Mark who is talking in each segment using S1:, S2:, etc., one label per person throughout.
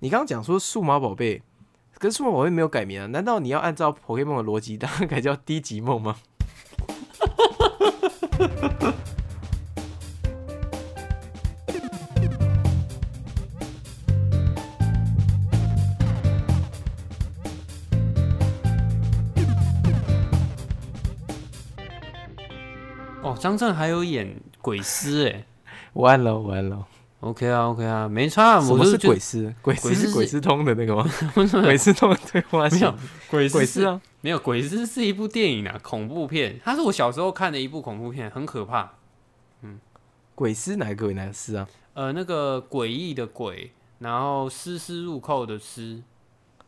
S1: 你刚刚讲说数码宝贝，可是数码宝贝没有改名啊？难道你要按照 Pokemon 的逻辑，当它改叫低级梦 吗？
S2: 哦，张震还有演鬼师哎
S1: 完了完了，
S2: ，OK 啊 OK 啊，没差啊，
S1: 什
S2: 我
S1: 么
S2: 就是觉
S1: 鬼师？鬼
S2: 鬼
S1: 师
S2: 师
S1: 是
S2: 是
S1: 鬼师通的那个 吗？鬼师通的对话
S2: 没有
S1: 线，
S2: 鬼
S1: 鬼师啊，
S2: 没有鬼师是一部电影啊，恐怖片，它是我小时候看的一部恐怖片，很可怕。
S1: 鬼师哪个鬼哪个师啊？
S2: 呃，那个诡异的鬼，然后丝丝入扣的丝，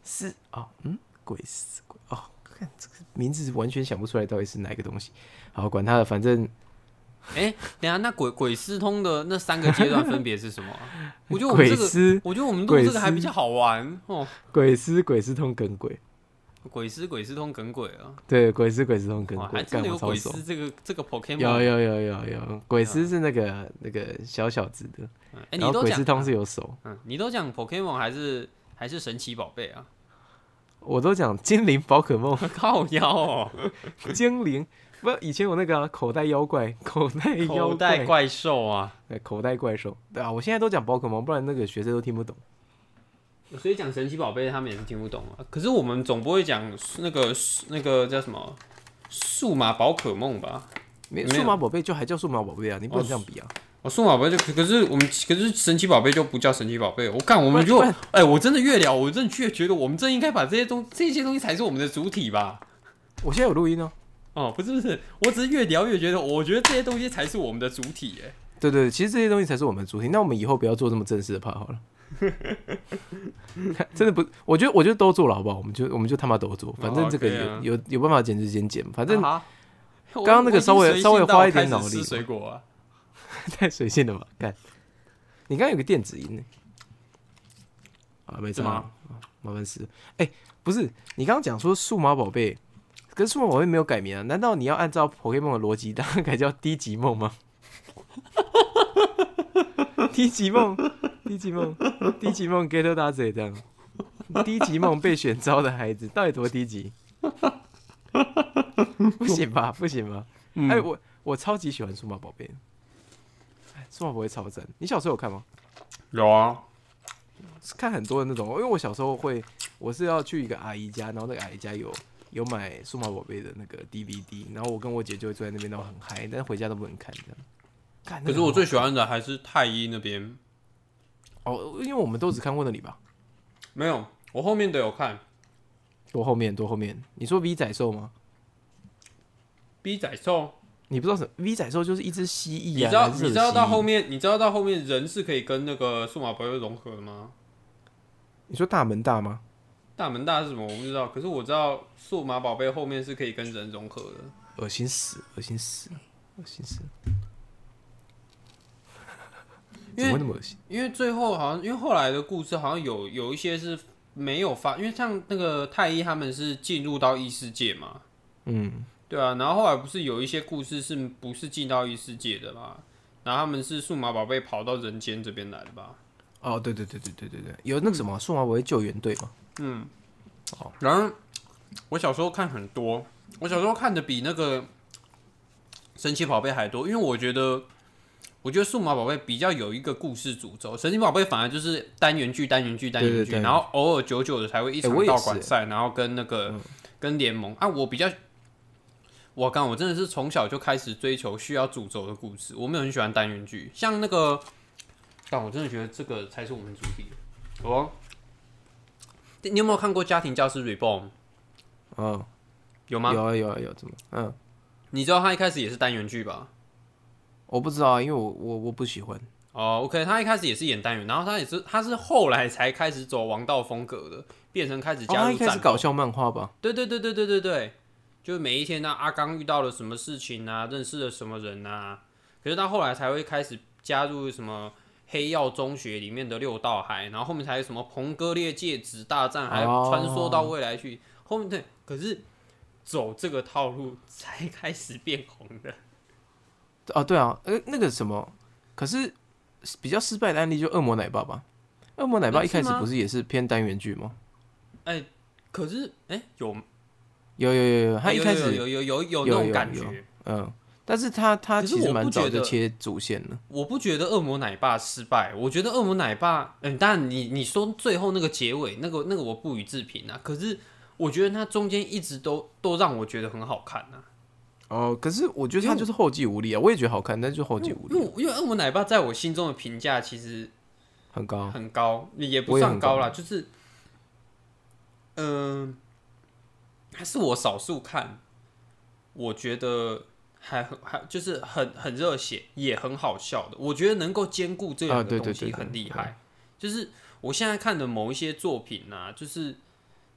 S1: 师哦，嗯，鬼师鬼哦，看这个名字完全想不出来到底是哪一个东西。好，管他了，反正
S2: 哎，等一下那鬼鬼师通的那三个阶段分别是什么啊、 我觉得我们
S1: 鬼
S2: 这个，
S1: 师
S2: 我觉得我们录
S1: 鬼
S2: 这个还
S1: 师
S2: 比较好玩哦。
S1: 鬼师鬼师通梗鬼，
S2: 鬼师鬼师通梗鬼啊，
S1: 对，鬼师鬼师通梗
S2: 哇，
S1: 鬼，
S2: 还
S1: 干
S2: 真的
S1: 我
S2: 有
S1: 超
S2: 鬼
S1: 熟。
S2: 师这个这个 Pokemon。
S1: 有有有有有，鬼师是那个那个小小只的，
S2: 嗯，哎，
S1: 然
S2: 你
S1: 后
S2: 都
S1: 鬼
S2: 讲
S1: 师，通是有手，
S2: 嗯，你都讲 Pokemon 还是还是神奇宝贝啊？
S1: 我都讲精灵宝可梦，
S2: 靠腰 哦，
S1: 精灵不，以前我那个啊、口袋妖怪，口袋妖
S2: 口袋
S1: 怪，
S2: 怪兽啊，
S1: 对口袋怪兽，对啊，我现在都讲宝可梦，不然那个学生都听不懂。
S2: 所以讲神奇宝贝他们也是听不懂啊。可是我们总不会讲那个那个叫什么数码宝可梦吧？
S1: 没
S2: 没有
S1: 数码宝贝就还叫数码宝贝啊，你不能这样比啊。
S2: 哦，数码宝贝就可可是我们可是神奇宝贝就不叫神奇宝贝，我看我们就
S1: 不然
S2: 哎、我真的越聊，我真的越觉得我们真应该把这些东这些东西才是我们的主体吧。
S1: 我现在有录音哦。
S2: 哦，不是不是，我只是越聊越觉得，我觉得这些东西才是我们的主体哎。
S1: 对对，对其实这些东西才是我们的主题。那我们以后不要做这么正式的 part 好了。 真的不，我觉得我觉得都做了好不好？我们就我们就他妈都做，反正这个
S2: 哦，OK
S1: 有、
S2: 啊
S1: 有有办法剪就先剪，反正
S2: 啊
S1: 刚刚那个稍微稍微花一点脑力
S2: 吃水果啊，
S1: 太随性了吧？干，你刚刚有个电子音呢？啊，没事
S2: 是吗
S1: 啊，麻烦死了。哎、不是，你刚刚讲说数码宝贝，可是数码宝贝没有改名啊？难道你要按照 Pokemon 的逻辑，当它改叫低级梦吗？ 低级梦，低级梦，低级梦 get 到这这样。低级梦被选招的孩子到底多低级？ 不行吧，不行吧！哎、
S2: 嗯
S1: 我我超级喜欢数码宝贝，哎数码宝贝超赞。你小时候有看吗？
S2: 有啊，
S1: 是看很多的那种，因为我小时候会，我是要去一个阿姨家，然后那个阿姨家有有买数码宝贝的那个 DVD，然后我跟我姐就会坐在那边，然后很嗨，但是回家都不能看这样。干
S2: 可是我最喜欢的还是太医那边，
S1: 哦，因为我们都只看过那里吧，
S2: 没有，我后面都有看。
S1: 多后面多后面。你说 V 仔兽吗？
S2: B 仔兽，
S1: 你不知道什么 V 仔兽就是一只蜥蜴、啊，
S2: 你知道
S1: 还是
S2: 你知道到后
S1: 面，
S2: 面，你知道到后面人是可以跟那个数码宝贝融合的吗？
S1: 你说大门大吗？
S2: 大门大是什么我不知道，可是我知道数码宝贝后面是可以跟人融合的。
S1: 恶心死了，恶心死了，恶心 死了！
S2: 因
S1: 怎么
S2: 为
S1: 会那么恶心？
S2: 因为最后好像，因为后来的故事好像有有一些是没有发，因为像那个太一他们是进入到异世界嘛，
S1: 嗯，
S2: 对啊，然后后来不是有一些故事是不是进到异世界的嘛？然后他们是数码宝贝跑到人间这边来的吧？
S1: 哦，对对对对对对对，有那个什么数码宝贝救援队吗？
S2: 然后我小时候看很多，我小时候看的比那个神奇宝贝还多，因为我觉得。我觉得数码宝贝比较有一个故事主轴，神奇宝贝反而就是单元剧、单元剧、单元剧，
S1: 对对对
S2: 然后偶尔久久的才会一场
S1: 哎我也
S2: 道
S1: 是嗯
S2: 馆赛，然后跟那个、跟联盟啊，我比较，我刚我真的是从小就开始追求需要主轴的故事，我没有很喜欢单元剧，像那个，但我真的觉得这个才是我们主题。哦，你有没有看过《家庭教师 Reborn》？
S1: 哦，
S2: 有吗？
S1: 有啊有啊有，怎么？嗯，
S2: 你知道他一开始也是单元剧吧？
S1: 我不知道啊，因为我我我不喜欢。
S2: 哦、o k 他一开始也是演单元，然后他也是他是后来才开始走王道风格的，变成开始
S1: 哦，
S2: 加
S1: 他
S2: 入
S1: 一开
S2: 战
S1: 始
S2: 斗。
S1: 搞笑漫画吧？
S2: 对对对对对对对，就是每一天呢、阿刚遇到了什么事情啊，认识了什么人啊，可是到后来才会开始加入什么黑曜中学里面的六道海，然后后面才有什么彭哥列戒指大战，还
S1: 哦
S2: 穿梭到未来去。后面对，可是走这个套路才开始变红的。
S1: 哦啊，对啊，呃，那个什么，可是比较失败的案例就恶魔奶爸吧。恶魔奶爸一开始
S2: 是吗
S1: 不是也是偏单元剧吗？
S2: 可是哎，有
S1: 有有有有，他一
S2: 哎有
S1: 开
S2: 有
S1: 始
S2: 有有有
S1: 有
S2: 有那种
S1: 有
S2: 感
S1: 有
S2: 觉，
S1: 嗯，但是他他
S2: 可是
S1: 其实
S2: 我
S1: 蛮
S2: 不
S1: 早
S2: 觉
S1: 就
S2: 得
S1: 切主线了，
S2: 我不觉得恶魔奶爸失败，我觉得恶魔奶爸，嗯，当然你你说最后那个结尾，那个那个我不予置评啊。可是我觉得它中间一直都都让我觉得很好看啊，
S1: 哦，可是我觉得他就是后继无力啊，我也觉得好看，但就是后继无
S2: 因为
S1: 力
S2: 我因为恶魔奶爸在我心中的评价其实
S1: 很高，
S2: 很高，也不
S1: 我也
S2: 算
S1: 很高
S2: 高啦，就是，嗯、还是我少数看，我觉得还很还就是很很热血，也很好笑的。我觉得能够兼顾这
S1: 啊
S2: 两
S1: 对对
S2: 个东
S1: 对
S2: 西
S1: 对
S2: 很厉
S1: 对
S2: 害。就是我现在看的某一些作品啊，就是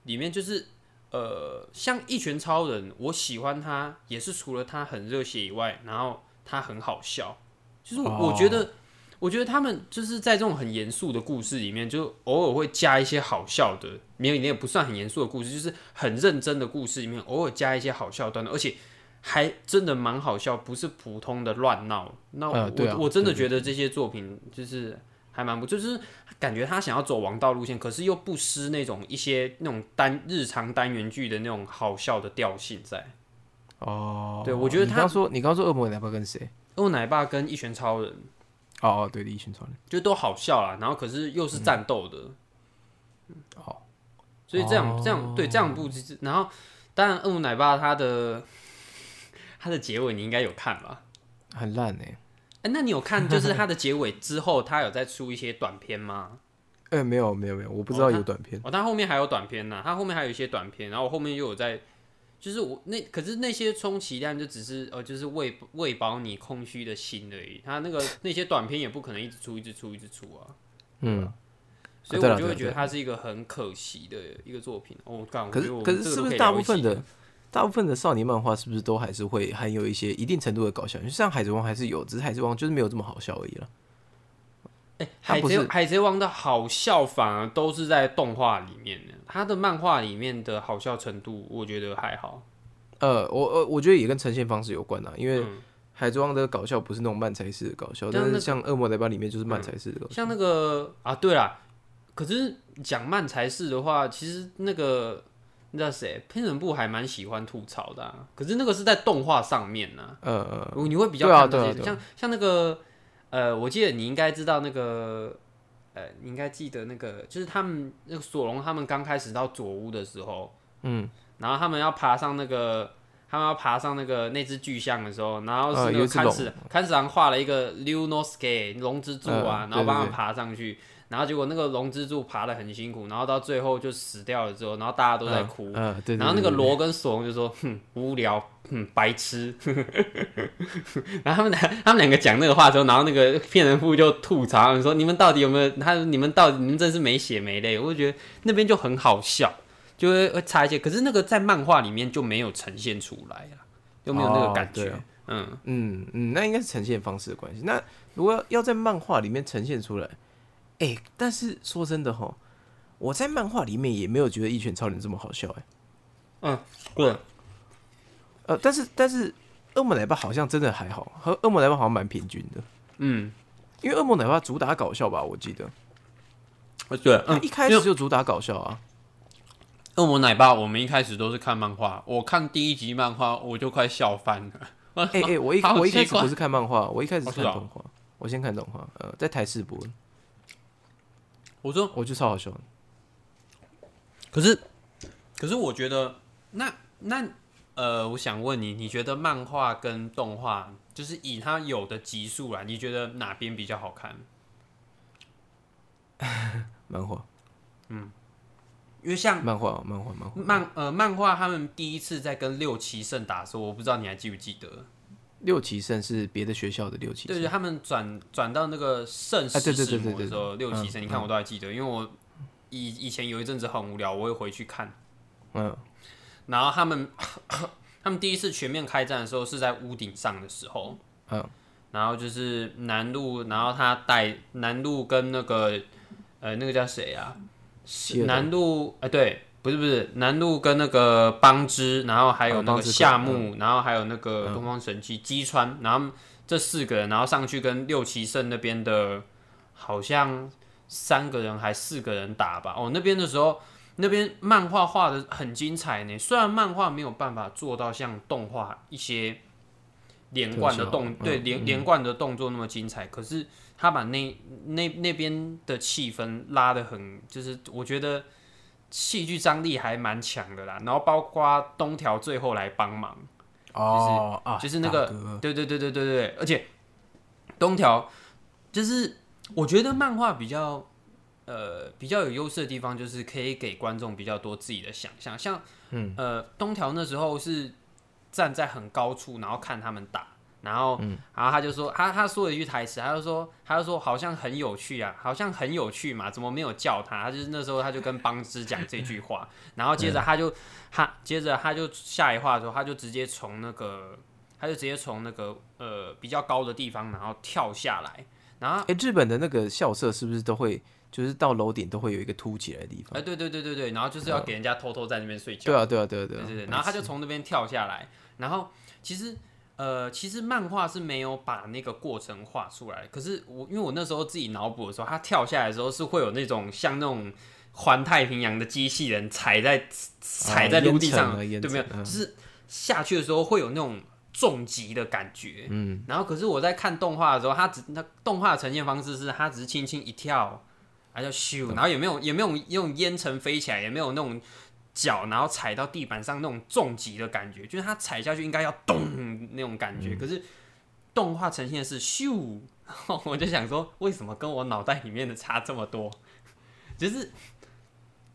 S2: 里面就是呃，像《一拳超人》，我喜欢他也是除了他很热血以外，然后他很好笑。就是我,、
S1: 哦
S2: 我觉得，我觉得他们就是在这种很严肃的故事里面，就偶尔会加一些好笑的，没有，你也不算很严肃的故事，就是很认真的故事里面，偶尔加一些好笑的段落，而且还真的蛮好笑，不是普通的乱闹。那我、
S1: 呃对啊
S2: 我真的
S1: 对对
S2: 觉得这些作品就是还蛮不，就是感觉他想要走王道路线，可是又不失那种一些那种单日常单元剧的那种好笑的调性在。
S1: 哦，
S2: 对我觉得
S1: 你
S2: 他
S1: 刚说你刚说恶魔奶爸跟谁？
S2: 欧哦奶爸跟一拳超人
S1: 哦哦，对，李群超人，
S2: 就都好笑啦，然后可是又是战斗的，嗯
S1: 哦，
S2: 所以这样、
S1: 哦
S2: 这样对这样不，然后当然恶魔奶爸他的他的结尾你应该有看吧？
S1: 很烂哎，
S2: 哎、那你有看就是他的结尾之后，他有再出一些短片吗？
S1: 哎，没有没有没有，我不知
S2: 哦
S1: 道
S2: 他
S1: 有短片，
S2: 哦，他后面还有短片呢、他后面还有一些短片，然后我后面又有在，就是我那可是那些充其量就只是呃，就是喂喂饱你空虚的心而已。他那个那些短片也不可能一直出，一直出，一直出啊，
S1: 嗯，
S2: 所以
S1: 对啦
S2: 我就
S1: 对
S2: 会
S1: 啦
S2: 觉得
S1: 对
S2: 它是一个很可惜的一个作品。哦，干，我
S1: 可
S2: 觉
S1: 是
S2: 得我们
S1: 可是
S2: 这
S1: 是不
S2: 个都可
S1: 是
S2: 以
S1: 大
S2: 聊
S1: 部
S2: 一
S1: 分
S2: 集啊
S1: 的大部分的少年漫画是不是都还是会含有一些一定程度的搞笑？就像《海贼王》还是有，只是《海贼王》就是没有这么好笑而已了。
S2: 哎、
S1: 它
S2: 海
S1: 不
S2: 贼
S1: 是
S2: 海贼王的好笑反而都是在动画里面的，他的漫画里面的好笑程度，我觉得还好。
S1: 呃，我呃我觉得也跟呈现方式有关啊，因为《
S2: 嗯
S1: 海贼王》的搞笑不是那种漫才式的搞笑，
S2: 但
S1: 但
S2: 那
S1: 是
S2: 个
S1: 像《恶魔奶爸》里面就是漫才式的搞笑。
S2: 像那个啊，对啦，可是讲漫才式的话，其实那个那叫谁，喷人部还蛮喜欢吐槽的、啊，可是那个是在动画上面啊呢、
S1: 呃呃，
S2: 你会比较
S1: 对啊
S2: 看到
S1: 对啊
S2: 这些，
S1: 对啊
S2: 像像那个呃，我记得你应该知道那个呃，你应该记得那个，就是他们那个索隆他们刚开始到左屋的时候，
S1: 嗯，
S2: 然后他们要爬上那个。他们要爬上那个那只巨像的时候，然后
S1: 呃
S2: 是那
S1: 有
S2: 个
S1: 一只龙
S2: 看史看史郎画了一个 l u n o s k y 龙蜘蛛啊，
S1: 嗯
S2: 然后
S1: 对对
S2: 帮他
S1: 对
S2: 们爬上去，然后结果那个龙蜘蛛爬的很辛苦，然后到最后就死掉了之后，然后大家都在哭，
S1: 嗯呃对。对
S2: 然后那
S1: 对
S2: 个
S1: 对
S2: 罗跟索隆就说：“哼，无聊，哼，白痴。” 然后他们俩他们两个讲那个话之后，然后那个骗人妇就吐槽他们说：“你们到底有没有？他你们到底你们真是没血没泪。”我就觉得那边就很好笑，就会会插一些，可是那个在漫画里面就没有呈现出来啊，就没有那
S1: 哦
S2: 个感
S1: 对
S2: 觉。
S1: 啊
S2: 嗯，
S1: 嗯嗯，那应该是呈现方式的关系。那如果要要在漫画里面呈现出来，哎、但是说真的哈，我在漫画里面也没有觉得《一拳超人》这么好笑哎、
S2: 对，
S1: 呃，但是但是恶魔奶爸好像真的还好，和恶魔奶爸好像蛮平均的，
S2: 嗯，
S1: 因为恶魔奶爸主打搞笑吧，我记得
S2: 对，
S1: 他
S2: 嗯，
S1: 一开
S2: 因
S1: 始
S2: 为
S1: 就主打搞笑啊。
S2: 恶魔奶爸，我们一开始都是看漫画，我看第一集漫画我就快笑翻了。
S1: 哎、哎、我一
S2: 好
S1: 我一开
S2: 奇
S1: 始
S2: 怪
S1: 不是看漫画，我一开始是
S2: 哦是
S1: 看
S2: 啊
S1: 动画，我先看动画，呃，在台视播，
S2: 我说
S1: 我就超好笑的。
S2: 可是，可是我觉得，那那呃，我想问你，你觉得漫画跟动画，就是以它有的集数来，你觉得哪边比较好看？
S1: 漫画，
S2: 因为像
S1: 漫画哦，漫画，漫画。
S2: 漫呃漫画，他们第一次在跟六旗圣打的时候，我不知道你还记不记得？
S1: 六旗胜是别的学校的六旗
S2: 对
S1: 胜，
S2: 对，他们转转到那个圣
S1: 啊对对
S2: 石之
S1: 对对
S2: 魔的
S1: 对
S2: 时候，六旗圣，
S1: 嗯
S2: 你看我都还记得，因为我以以前有一阵子很无聊，我会回去看。
S1: 嗯，
S2: 然后他们 他们第一次全面开战的时候是在屋顶上的时候，
S1: 嗯，
S2: 然后就是南路，然后他带南路跟那个呃那个叫谁啊？
S1: 希尔德
S2: 南路呃对，不是不是南路跟那个邦之，然后还有
S1: 哦
S2: 那
S1: 邦
S2: 个
S1: 之克
S2: 夏目，然后还有那个
S1: 嗯
S2: 东方神起姬川，然后他们这四个人，然后上去跟六旗胜那边的，好像。三个人还四个人打吧。哦，那边的时候，那边漫画画的很精彩呢。虽然漫画没有办法做到像动画一些连贯的动，
S1: 特效
S2: 对
S1: 嗯
S2: 连连贯的动作那么精彩，可是他把那那那边的气氛拉得很，就是我觉得。戏剧张力还蛮强的啦，然后包括东条最后来帮忙，
S1: 哦啊，
S2: 就是那个
S1: 打嗝
S2: 对对对对对对，而且东条就是我觉得漫画比较呃比较有优势的地方，就是可以给观众比较多自己的想象。像嗯呃东条那时候是站在很高处，然后看他们打，然后、然后他就说他他说了一句台词，他就说他就说好像很有趣啊，好像很有趣嘛，怎么没有叫他？他就是那时候他就跟邦之讲这句话，然后接着他就、他接着他就下一话的时候，他就直接从那个。他就直接从那个呃比较高的地方，然后跳下来，然后
S1: 哎、日本的那个校舍是不是都会，就是到楼顶都会有一个凸起来的地
S2: 哎、
S1: 方？
S2: 对对对对对，然后就是要给人家偷偷在那边睡觉，
S1: 对啊，对啊，对啊，对
S2: 对
S1: 啊。
S2: 对对，然后他就从那边跳下来，然后其实呃，其实漫画是没有把那个过程画出来，可是我因为我那时候自己脑补的时候，他跳下来的时候是会有那种像那种环太平洋的机器人踩在踩在陆地上，
S1: 烟尘啊烟
S2: 对没有？
S1: 尘嗯
S2: 就是下去的时候会有那种重击的感觉，嗯，然后可是我在看动画的时候，他只那动画的呈现方式是他只是轻轻一跳。还叫咻，然后也没有也没有用烟尘飞起来，也没有那种脚，然后踩到地板上那种重击的感觉，就是他踩下去应该要咚那种感觉。可是动画呈现的是咻， 然后我就想说，为什么跟我脑袋里面的差这么多？就是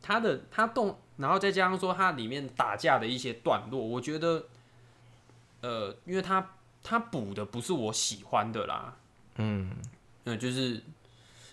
S2: 他的他动，然后再加上说它里面打架的一些段落，我觉得，呃，因为他他补的不是我喜欢的啦，嗯，嗯，就是。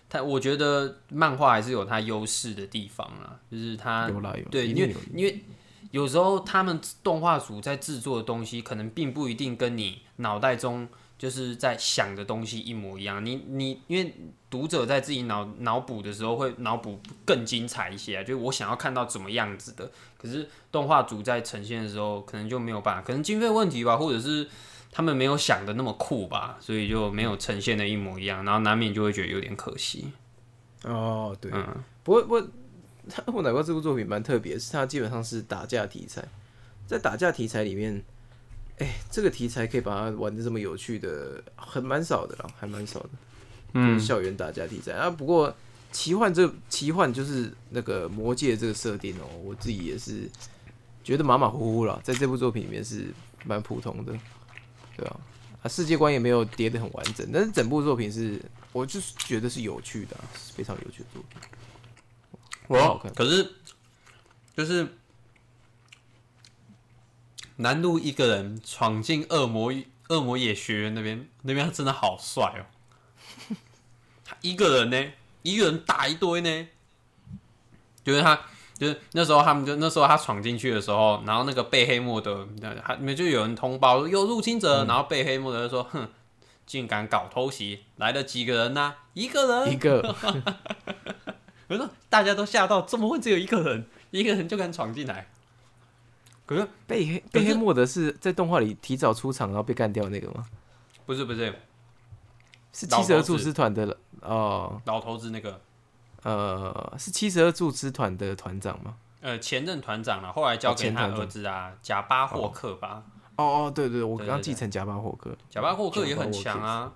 S2: 他我觉得漫画还是有它优势的地方啦，就是它
S1: 有啦有，
S2: 对，
S1: 一
S2: 因
S1: 定
S2: 为
S1: 有。
S2: 因为有时候他们动画组在制作的东西，可能并不一定跟你脑袋中就是在想的东西一模一样。你你因为读者在自己脑脑补的时候，会脑补更精彩一些啊，就是我想要看到怎么样子的。可是动画组在呈现的时候，可能就没有办法，可能经费问题吧，或者是。他们没有想的那么酷吧，所以就没有呈现的一模一样，然后难免就会觉得有点可惜。
S1: 哦，对。
S2: 嗯，
S1: 不过不过，他我奶爸这部作品蛮特别，是它基本上是打架题材，在打架题材里面，哎、这个题材可以把它玩的这么有趣的，很蛮少的啦，还蛮少的。嗯，校园打架题材啊，不过奇幻这奇幻就是那个魔界这个设定哦、我自己也是觉得马马虎虎啦，在这部作品里面是蛮普通的，对啊。啊，世界观也没有叠得很完整，但是整部作品是，我就是觉得是有趣的啊、是非常有趣的作品。很好
S2: 我
S1: 看
S2: 可是就是南路一个人闯进恶魔恶魔野学院那边，那边他真的好帅哦！他一个人呢，一个人打一堆呢，就是他。就是那时候，他们就那时候他闯进去的时候，然后那个被黑莫德，他你们就有人通报说有入侵者，
S1: 嗯
S2: 然后被黑莫德就说：“哼，竟敢搞偷袭，来了几个人呐、一个人，
S1: 一个
S2: 我说大家都吓到，怎么会只有一个人？一个人就敢闯进来？可是
S1: 被黑
S2: 可是
S1: 被黑莫德是在动画里提早出场然后被干掉那个吗？
S2: 不是不是
S1: 是
S2: 老头
S1: 七十
S2: 子
S1: 二柱师团的哦，
S2: 老头子那个
S1: 呃，是七十二柱师团的团长吗？
S2: 呃前任团长了、后来交给
S1: 前
S2: 他
S1: 团长
S2: 儿子啊，贾巴霍克吧。
S1: 哦哦，对对，对我
S2: 对
S1: 刚
S2: 对
S1: 刚
S2: 对
S1: 继承贾巴霍克，
S2: 贾巴霍克也很强啊，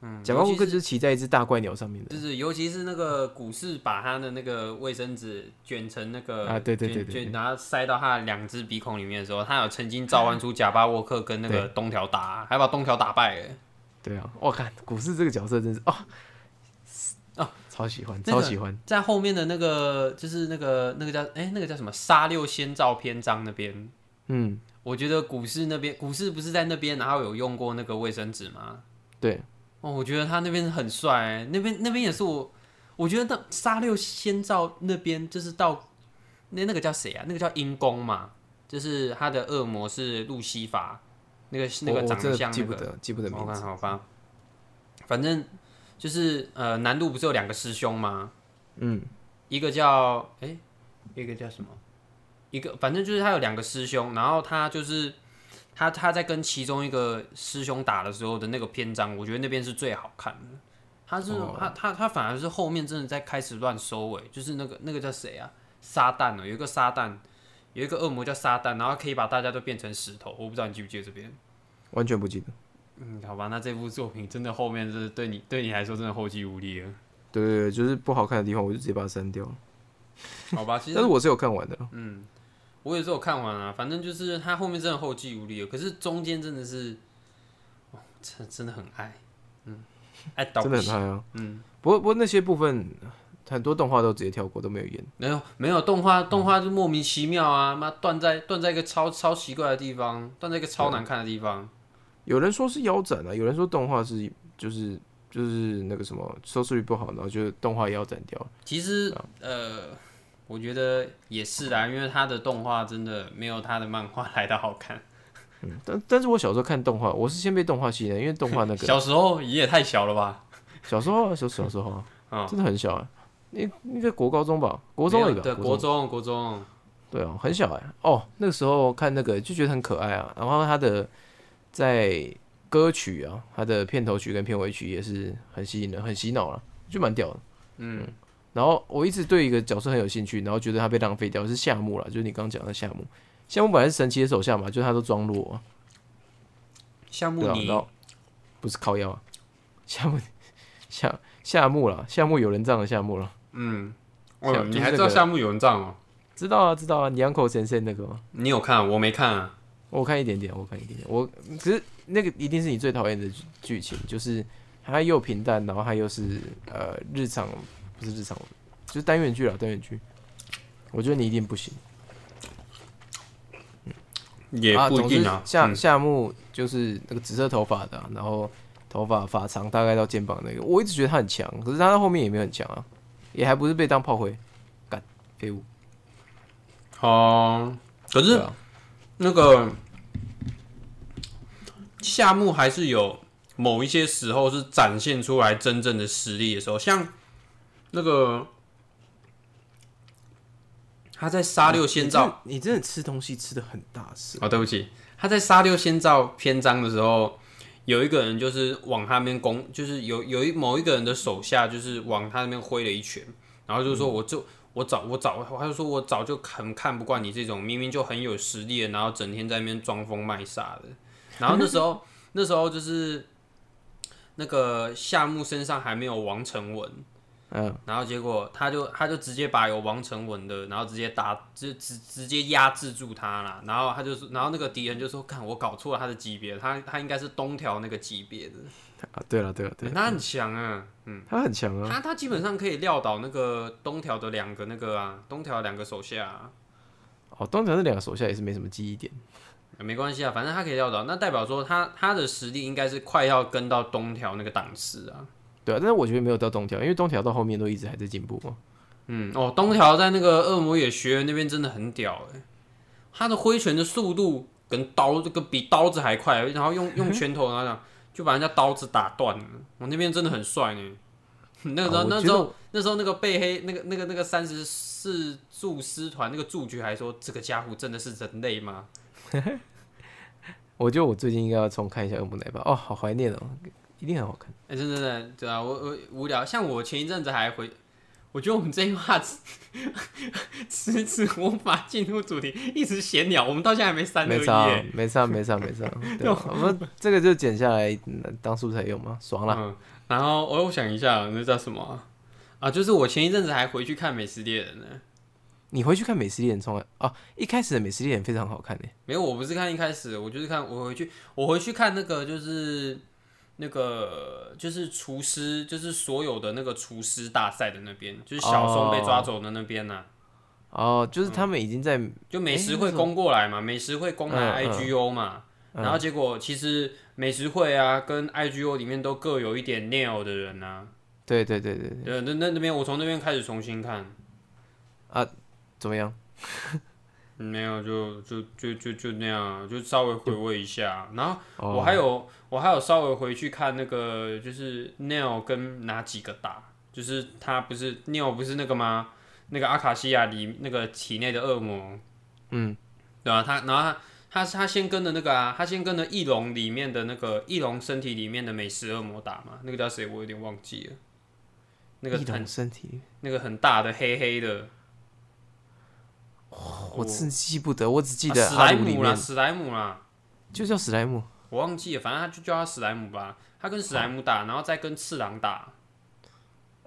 S2: 嗯，
S1: 贾巴霍克
S2: 尤
S1: 就
S2: 其是
S1: 是骑在一只大怪鸟上面的
S2: 就，是尤其是那个股市把他的那个卫生纸卷成那个
S1: 啊对对
S2: 卷
S1: 对对对
S2: 卷然后塞到他的两只鼻孔里面的时候，他有曾 经召唤出贾巴沃克跟那个东条打，还把东条打败了。
S1: 对啊，我看股市这个角色真是哦哦，超喜欢，
S2: 那个
S1: 超喜欢，
S2: 在后面的那个就是那个那个叫哎、那个叫什么杀六仙照篇章那边，
S1: 嗯，
S2: 我觉得股市那边股市不是在那边，然后有用过那个卫生纸吗？
S1: 对，
S2: 哦，我觉得他那边很帅、欸，那边那边也是我，我觉得那杀六仙照那边就是到那那个叫谁啊？那个叫阴公嘛，就是他的恶魔是路西法，那个那
S1: 我
S2: 个
S1: 我
S2: 长
S1: 真
S2: 得
S1: 的
S2: 像
S1: 记
S2: 那
S1: 不
S2: 个
S1: 得记不得
S2: 我
S1: 名
S2: 看
S1: 字，
S2: 好吧，反正就是呃，南路不是有两个师兄吗？
S1: 嗯，
S2: 一个叫哎、一个叫什么？一个反正就是他有两个师兄，然后他就是他他在跟其中一个师兄打的时候的那个篇章，我觉得那边是最好看的。他是、
S1: 哦
S2: 他他他反而是后面真的在开始乱收尾，就是那个那个叫谁啊？撒旦哦，有一个撒旦，有一个恶魔叫撒旦，然后可以把大家都变成石头。我不知道你记不记得这边。
S1: 完全不记得。
S2: 嗯，好吧，那这部作品真的后面是对你对你来说真的后继无力了。
S1: 对对对，就是不好看的地方，我就直接把它删掉了。
S2: 好吧，其
S1: 但
S2: 实
S1: 是我是有看完的啦，
S2: 我也是有看完啊，反正就是他后面真的后继无力了，可是中间真的是，哦，真真的很爱，嗯，爱到
S1: 真
S2: 不
S1: 的很
S2: 行。
S1: 嗨啊。嗯，不过不过那些部分很多动画都直接跳过，都没有演。
S2: 没有没有动画，动画就莫名其妙啊！妈断在断在一个超超奇怪的地方，断在一个超难看的地方。
S1: 有人说是腰斩啊，有人说动画是就是就是那个什么收视率不好，然后就动画腰斩掉了。
S2: 其实
S1: 啊
S2: 呃，我觉得也是啦，因为他的动画真的没有他的漫画 来的好看。
S1: 嗯，但但是我小时候看动画，我是先被动画吸引的，因为动画那个
S2: 小时候也太小了吧？
S1: 小时候啊小小时候啊
S2: 嗯，
S1: 真的很小啊，你你在国高中吧，国
S2: 国
S1: 中而已吧，
S2: 对国中国中，
S1: 对啊，很小哎、哦，那个时候看那个就觉得很可爱啊。然后他的在歌曲啊，他的片头曲跟片尾曲也是很吸引人、很洗脑了、就蛮屌的。嗯，然后我一直对一个角色很有兴趣，然后觉得他被浪费掉是夏目啦，就是你刚刚讲的夏目。夏目本来是神奇的手下嘛，就是他都装弱、啊，
S2: 夏
S1: 对
S2: 目
S1: 啊，
S2: 尼
S1: 然后不是靠腰啊，夏目 夏夏目啦，夏目有人仗的夏目了，
S2: 嗯，
S1: 夏
S2: 哦，
S1: 就是
S2: 你还
S1: 那
S2: 知道
S1: 个
S2: 夏目友人帐哦？
S1: 知道啊，知道啊，你 uncle 先生那个吗？
S2: 你有看？我没看啊。
S1: 我看一点点，我看一点点。我可是那个一定是你最讨厌的剧剧情，就是它又平淡，然后它又是呃日常，不是日常，就是单元剧了，单元剧。我觉得你一定不行
S2: 也
S1: 啊！
S2: 不一
S1: 总之
S2: 定啊，
S1: 夏
S2: 嗯
S1: 夏目就是那个紫色头发的啊、然后头发发长大概到肩膀那个，我一直觉得他很强，可是他到后面也没有很强啊，也还不是被当炮灰，干废物。
S2: 哦，可是
S1: 对啊
S2: 那个夏目还是有某一些时候是展现出来真正的实力的时候，像那个他在杀六仙照
S1: 你真的吃东西吃的很大声，
S2: 哦，对不起，他在杀六仙照篇章的时候，有一个人就是往他那边攻，就是有有一某一个人的手下就是往他那边挥了一拳，然后就说我就。我早我早，他就说我早就很看不惯你这种明明就很有实力的，然后整天在那边装疯卖傻的。然后那时候 那时候就是那个夏目身上还没有王成文，
S1: 嗯，
S2: 然后结果他就他就直接把有王成文的，然后直接打直直直接压制住他啦。然后他就是，然后那个敌人就说：“看我搞错了他的级别，他他应该是东条那个级别的，
S1: 啊，对了对了对
S2: 欸
S1: 了，
S2: 他很强啊，嗯，
S1: 他很强啊。
S2: 他他基本上可以撂倒那个东条的两个那个啊，东条的两个手下、啊。”
S1: 哦，东城那两个手下也是没什么记忆点，
S2: 没关系啊，反正他可以撂倒，那代表说他他的实力应该是快要跟到东条那个档次啊。
S1: 对啊，但是我觉得没有到东条，因为东条到后面都一直还在进步嘛。
S2: 嗯，哦，东条在那个恶魔野学院那边真的很屌哎、他的挥拳的速度跟刀这个比刀子还快，然后用用拳头，然后这样就把人家刀子打断了。我那边真的很帅呢、那个时候，
S1: 啊我
S2: 那
S1: 觉得
S2: 时候，那时候那个被黑那个那个那个三十四柱师团那个柱局还说这个家伙真的是人类吗？
S1: 我觉得我最近应该要重看一下《恶魔奶爸》哦，好怀念哦，一定很好看。
S2: 哎、真的真的对啊，我我无聊。像我前一阵子还回，我觉得我们这一话 迟迟无法进入主题，一直闲聊，我们到现在还没三二
S1: 没
S2: 一
S1: 差啊
S2: 耶。，
S1: 没差，没差， 没差。对啊，我们这个就剪下来嗯当素材用嘛，爽啦。
S2: 嗯，然后我又想一下，那叫什么啊？啊就是我前一阵子还回去看《美食猎人》呢。
S1: 你回去看《美食猎人》冲啊，哦，一开始的《美食猎人》非常好看欸诶，
S2: 没有，我不是看一开始，我就是看我回去，我回去看那个就是那个就是厨师，就是所有的那个厨师大赛的那边，就是小松被抓走的那边呐、啊
S1: 哦，就是他们已经在
S2: 就美食
S1: 诶那
S2: 会攻过来嘛，美食会攻来
S1: 嗯嗯
S2: IGO 嘛，然后结果其实美食会啊跟 IGO 里面都各有一点 nail 的人呐、
S1: 对对对对对
S2: 对，那那那边我从那边开始重新看，
S1: 怎么样？
S2: 嗯没有就就就就就那样，啊就稍微回味一下。啊然后
S1: 哦
S2: 我还有我还有稍微回去看那个就是 nail 跟哪几个打，就是他不是 nail 不是那个吗？那个阿卡西亚里那个体内的恶魔，
S1: 嗯，
S2: 对啊，他然后他他他先跟的那个啊，他先跟的翼龙里面的那个翼龙身体里面的美食恶魔打嘛，那个叫谁我有点忘记了，那个
S1: 一
S2: 很
S1: 同身体，
S2: 那个很大的黑黑的，
S1: 我真的记不得，我只记得
S2: 啊史
S1: 阿
S2: 莱
S1: 鲁里
S2: 姆啦，
S1: 面
S2: 史莱姆啦，
S1: 就叫史莱姆，
S2: 我忘记了，反正他就叫他史莱姆吧。他跟史莱姆打，然后再跟次郎打，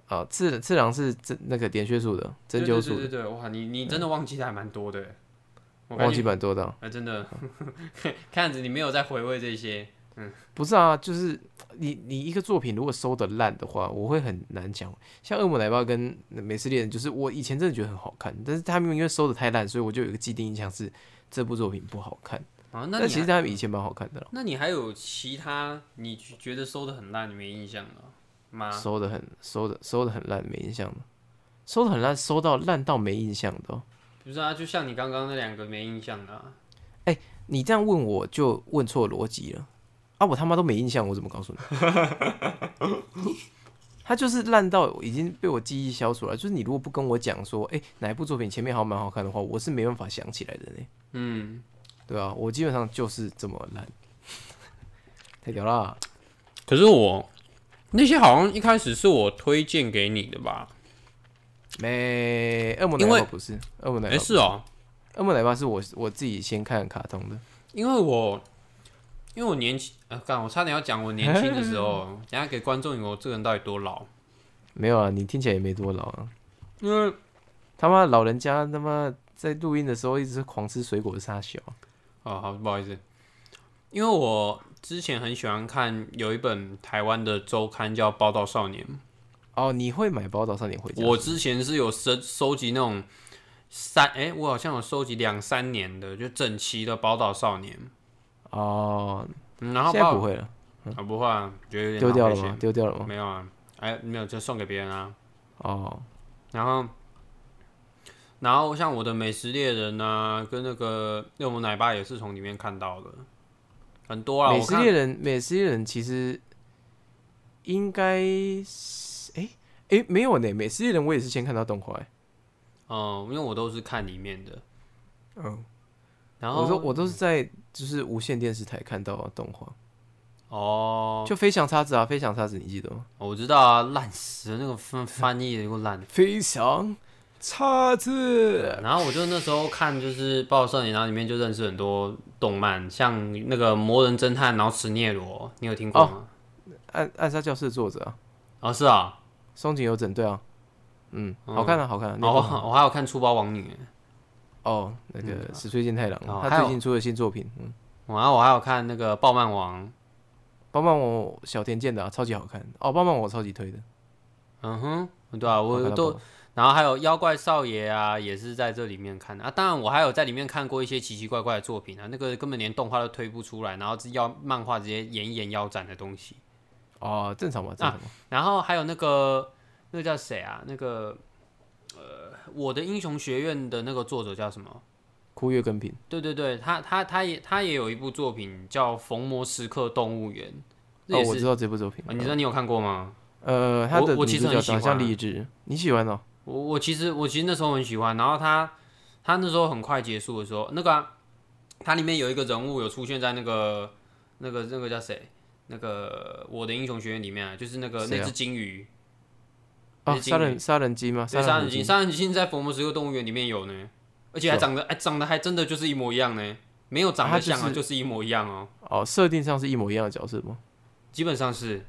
S1: 啊，次次郎是真那个点穴术的，针
S2: 对
S1: 灸
S2: 对
S1: 术
S2: 对
S1: 的，
S2: 对对，哇，你你真的忘记的还蛮多的，欸我感
S1: 忘
S2: 觉
S1: 记蛮多的啊、
S2: 啊，真的， 看样子你没有在回味这些。
S1: 不是啊，就是你你一个作品如果收的烂的话，我会很难讲。像《恶魔奶爸》跟《美式猎人》，就是我以前真的觉得很好看，但是他们因为收的太烂，所以我就有一个既定印象是这部作品不好看。
S2: 啊，那
S1: 但
S2: 你
S1: 其实
S2: 还
S1: 他们以前蛮好看的啦，
S2: 那你还有其他你觉得收的很烂，你没印象了吗？
S1: 收的很收的收的很烂，没印象的，收的很烂，收到烂到没印象的哦、
S2: 不是啊，就像你刚刚那两个没印象的、啊，
S1: 你这样问我就问错逻辑了啊！我他妈都没印象，我怎么告诉你？ 他就是烂到已经被我记忆消除了。就是你如果不跟我讲说，哎、哪一部作品前面好像蛮好看的话，我是没办法想起来的呢。
S2: 嗯，
S1: 对啊，我基本上就是这么烂， 太屌啦！
S2: 可是我那些好像一开始是我推荐给你的吧？
S1: 没恶魔奶
S2: 因为
S1: 爸不是恶魔奶
S2: 哎、
S1: 爸，
S2: 是哦，
S1: 恶魔奶爸是我我自己先看卡通的。
S2: 因为我因为我年轻，呃，干，我差点要讲我年轻的时 候，等一下给观众以为我这个人到底多老，
S1: 没有啊，你听起来也没多老啊。
S2: 因为
S1: 他妈老人家他妈在录音的时候一直狂吃水果的傻小，
S2: 哦，好，不好意思，因为我之前很喜欢看有一本台湾的周刊叫《报道少年》，
S1: 哦，你会买《宝岛少年回家》？
S2: 我之前是有收收集那种三，哎、我好像有收集两三年的，就整齐的《宝岛少年》
S1: 哦，
S2: 嗯然后
S1: 现在
S2: 报
S1: 不会了，
S2: 啊不会啊，觉得有点
S1: 丢掉了
S2: 浪费
S1: 吗？丢掉了
S2: 钱
S1: 吗？
S2: 没有啊，哎，没有，就送给别人啊。
S1: 哦，
S2: 然后，然后像我的《美食猎人》啊，跟那个热母奶爸也是从里面看到的，很多啊。
S1: 美
S2: 我
S1: 食
S2: 看
S1: 猎人，美食猎人其实应该是，哎、哎、没有呢，美食猎人我也是先看到动画、欸，
S2: 嗯，因为我都是看里面的。
S1: 嗯，
S2: 然后
S1: 我都我都是在就是无线电视台看到动画，
S2: 哦，
S1: 就飞翔叉子啊，飞翔叉子你记得吗？
S2: 我知道啊，烂死了，那个翻翻译的够烂的。
S1: 飞翔叉子，
S2: 然后我就那时候看就是《报少年》，然后里面就认识很多动漫，像那个《魔人侦探》，然后《史涅罗》，你有听过吗？
S1: 暗暗杀教室的作者啊，
S2: 哦，是啊，
S1: 松井有整对啊，嗯，
S2: 嗯
S1: 好看啊，好看啊，那
S2: 哦，
S1: 部
S2: 我我还有看《粗包王女》
S1: 哦，那个石吹健太郎，
S2: 哦还
S1: 他
S2: 有
S1: 最近出的新作品，嗯。
S2: 哦，然后我还有看那个《暴漫王》，
S1: 帮帮我小田健的、啊、超级好看哦，帮帮我超级推的，
S2: 嗯哼，对啊，
S1: 好看
S2: 我
S1: 到
S2: 都
S1: 爆，
S2: 然后还有《妖怪少爷》啊，也是在这里面看的啊。当然，我还有在里面看过一些奇奇怪怪的作品啊，那个根本连动画都推不出来，然后是要漫画直接演一演腰斩的东西。
S1: 哦，正常吧，正常吧，
S2: 然后还有那个那个叫谁啊？那个呃，我的英雄学院的那个作者叫什么？
S1: 枯月跟平
S2: 对对对，他他他也他也有一部作品叫《逢魔时刻动物园》，这
S1: 哦，
S2: 也
S1: 我
S2: 是、
S1: 知道这部作品
S2: 啊，你知道你有看过吗？
S1: 呃，他的
S2: 我我其实很
S1: 女主
S2: 喜
S1: 角
S2: 欢啊
S1: 长相励志，你喜欢哦？
S2: 我我其实我其实那时候很喜欢，然后他他那时候很快结束的时候，那个啊它、里面有一个人物有出现在那个那个那个叫谁？那个我的英雄学院里面啊，就是那个、
S1: 谁啊
S2: 那只金鱼，
S1: 哦，
S2: 是金鱼
S1: 杀人啊杀人机吗？
S2: 对，
S1: 人
S2: 杀
S1: 虎
S2: 人鲸，
S1: 鲸
S2: 杀人鲸在《佛魔石刻动物园》里面有呢，而且
S1: 是
S2: 还
S1: 哦
S2: 长得哎、长得还真的就是一模一样呢，没有长
S1: 啊它
S2: 得
S1: 就
S2: 像啊，
S1: 是
S2: 就是一模一样哦，
S1: 哦，设定上是一模一样的角色吗？
S2: 基本上是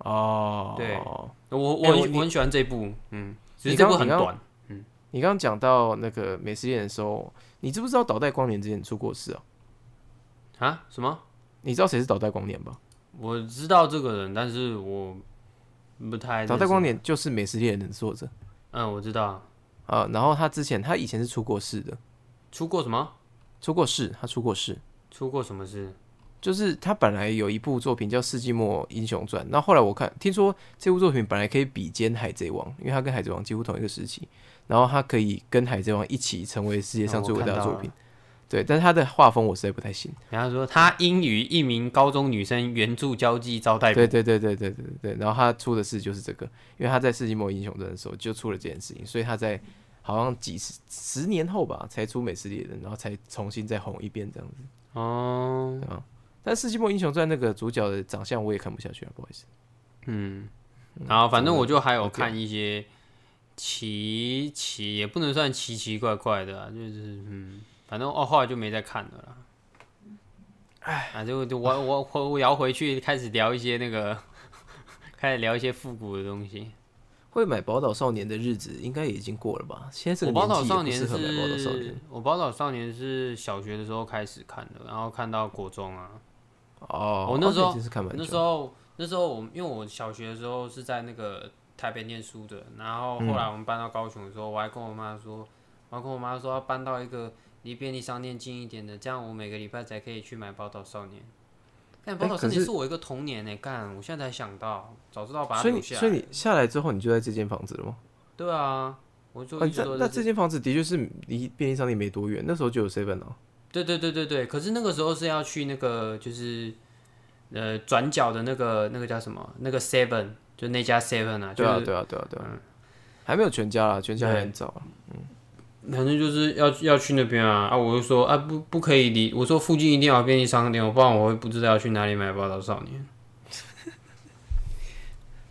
S1: 哦，
S2: 对我我
S1: 哎
S2: 很
S1: 我你
S2: 我很喜欢这部，嗯，只是
S1: 你
S2: 这
S1: 刚
S2: 部很
S1: 你刚
S2: 短，
S1: 你刚刚讲到那个美食宴的时候，你知不知道导带光年之前出过事啊？
S2: 啊？什么？
S1: 你知道谁是导带光年吧？
S2: 我知道这个人，但是我不太
S1: 导
S2: 认
S1: 带
S2: 识
S1: 光年就是美食猎人的作者
S2: 嗯，我知道。
S1: 啊，然后他之前他以前是出过事的，
S2: 出过什么？
S1: 出过事，他出过事，
S2: 出过什么事？
S1: 就是他本来有一部作品叫《世纪末英雄传》，那后来我看听说这部作品本来可以比肩《海贼王》，因为它跟《海贼王》几乎同一个时期，然后它可以跟《海贼王》一起成为世界上最伟大的作品。对，但是他的画风我实在不太行。
S2: 然后说他因与一名高中女生援助交际招待，
S1: 对对对对对对对。然后他出的事就是这个，因为他在《世纪末英雄传》的时候就出了这件事情，所以他在好像几十十年后吧才出《美食猎人》，然后才重新再红一遍这样子。
S2: 哦，
S1: 啊但《世纪末英雄传》那个主角的长相我也看不下去了，不好意思。
S2: 嗯，然后反正我就还有看一些奇奇，也不能算奇奇怪怪的、啊，就是嗯，反正哦后来就没再看了啦。哎，啊就就我我我我摇回去开始聊一些那个， 开始聊一些复古的东西。
S1: 会买《宝岛少年》的日子应该也已经过了吧？现在这
S2: 我
S1: 个
S2: 宝岛
S1: 年纪也不适
S2: 少年
S1: 合买《宝岛少年
S2: 是》，我宝岛少年是小学的时候开始看的，然后看到国中啊。
S1: 哦。
S2: 我那时候
S1: 哦真是看蛮
S2: 那时
S1: 久，
S2: 候那时候我因为我小学的时候是在那个台北念书的，然后后
S1: 嗯
S2: 来我们搬到高雄的时候，我还跟我妈说，我还跟我妈说要搬到一个离便利商店近一点的，这样我每个礼拜才可以去买《宝岛少年》。但《宝岛
S1: 哎可
S2: 少年》
S1: 是
S2: 是我一个童年呢、干！我现在才想到，早知道把它
S1: 所以
S2: 留
S1: 你
S2: 下
S1: 所以
S2: 来。
S1: 你下来之后，你就在这间房子了吗？
S2: 对啊，我就
S1: 啊
S2: 一
S1: 你
S2: 直
S1: 在
S2: 都
S1: 那
S2: 在
S1: 这间房子的确是离便利商店没多远，那时候就有 seven 了。
S2: 对对对对对，可是那个时候是要去那个就是呃转角的那个那个叫什么那个 Seven，就那家 Seven 啊，就
S1: 对啊，
S2: 是
S1: 对啊，对啊，对啊，还没有全家啦，全家还很早啊。
S2: 反正就是要要去那边啊啊！我就说啊不不可以离，我说附近一定要有便利商店，我不然我会不知道要去哪里买《报道少年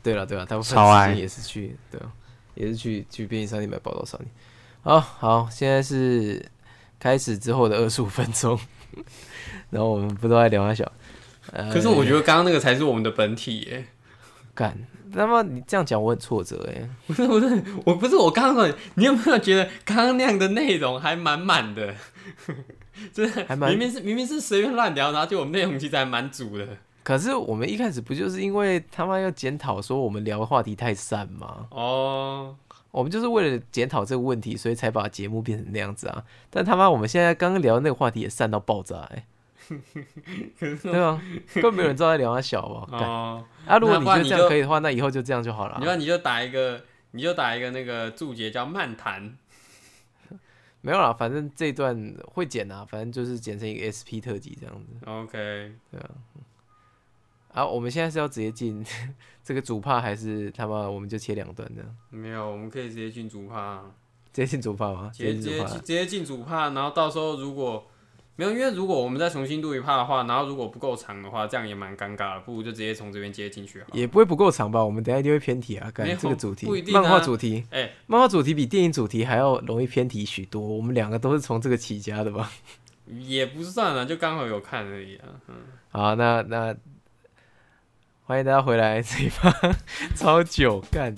S1: 对了，对了，大部分
S2: 超爱
S1: 时间也是去，对啊，也是去去便利商店买《宝岛少年》。好好，现在是开始之后的二十五分钟， 然后我们不都在聊一小。》。呃
S2: 可是我觉得刚刚那个才是我们的本体耶！
S1: 干，那么你这样讲我很挫折哎、
S2: 不是不是，我不是我刚刚说，你有没有觉得刚刚那样的内容还满满的？ 真的，
S1: 还蛮
S2: 明明是明明是随便乱聊，然后就我们内容其实还蛮足的。
S1: 可是我们一开始不就是因为他妈要检讨说我们聊的话题太散吗？
S2: 哦，
S1: 我们就是为了检讨这个问题，所以才把节目变成那样子啊。但他妈我们现在刚刚聊的那个话题也散到爆炸 哎、对啊，根本没有人知道在聊他小吧？干
S2: 哦，
S1: 啊，如果
S2: 那
S1: 你
S2: 不
S1: 觉得
S2: 然你
S1: 这样
S2: 就
S1: 可以的话，那以后就这样就好了
S2: 你
S1: 啊。
S2: 说你就打一个，你就打一个那个注解叫漫谈，
S1: 没有啦，反正这一段会剪啊，反正就是剪成一个 SP 特辑这样子
S2: OK，
S1: 啊。我们现在是要直接进 这个主帕，还是他妈我们就切两段这样？
S2: 没有，我们可以直接进主趴，
S1: 直接进主帕吗？
S2: 直接
S1: 进
S2: 直
S1: 主
S2: 接
S1: 帕
S2: 直。接进主趴，然后到时候如果没有，因为如果我们再重新录一趴的话，然后如果不够长的话，这样也蛮尴尬的，不如就直接从这边接进去好了。
S1: 也不会不够长吧？我们等一下一定会偏题啊！
S2: 没有
S1: 干这个主题，
S2: 不一定啊
S1: 漫画主题，
S2: 哎
S1: 漫画主题比电影主题还要容易偏题许多。我们两个都是从这个起家的吧？
S2: 也不算了，就刚好有看而已啊。
S1: 好， 那那欢迎大家回来这一趴，超久干。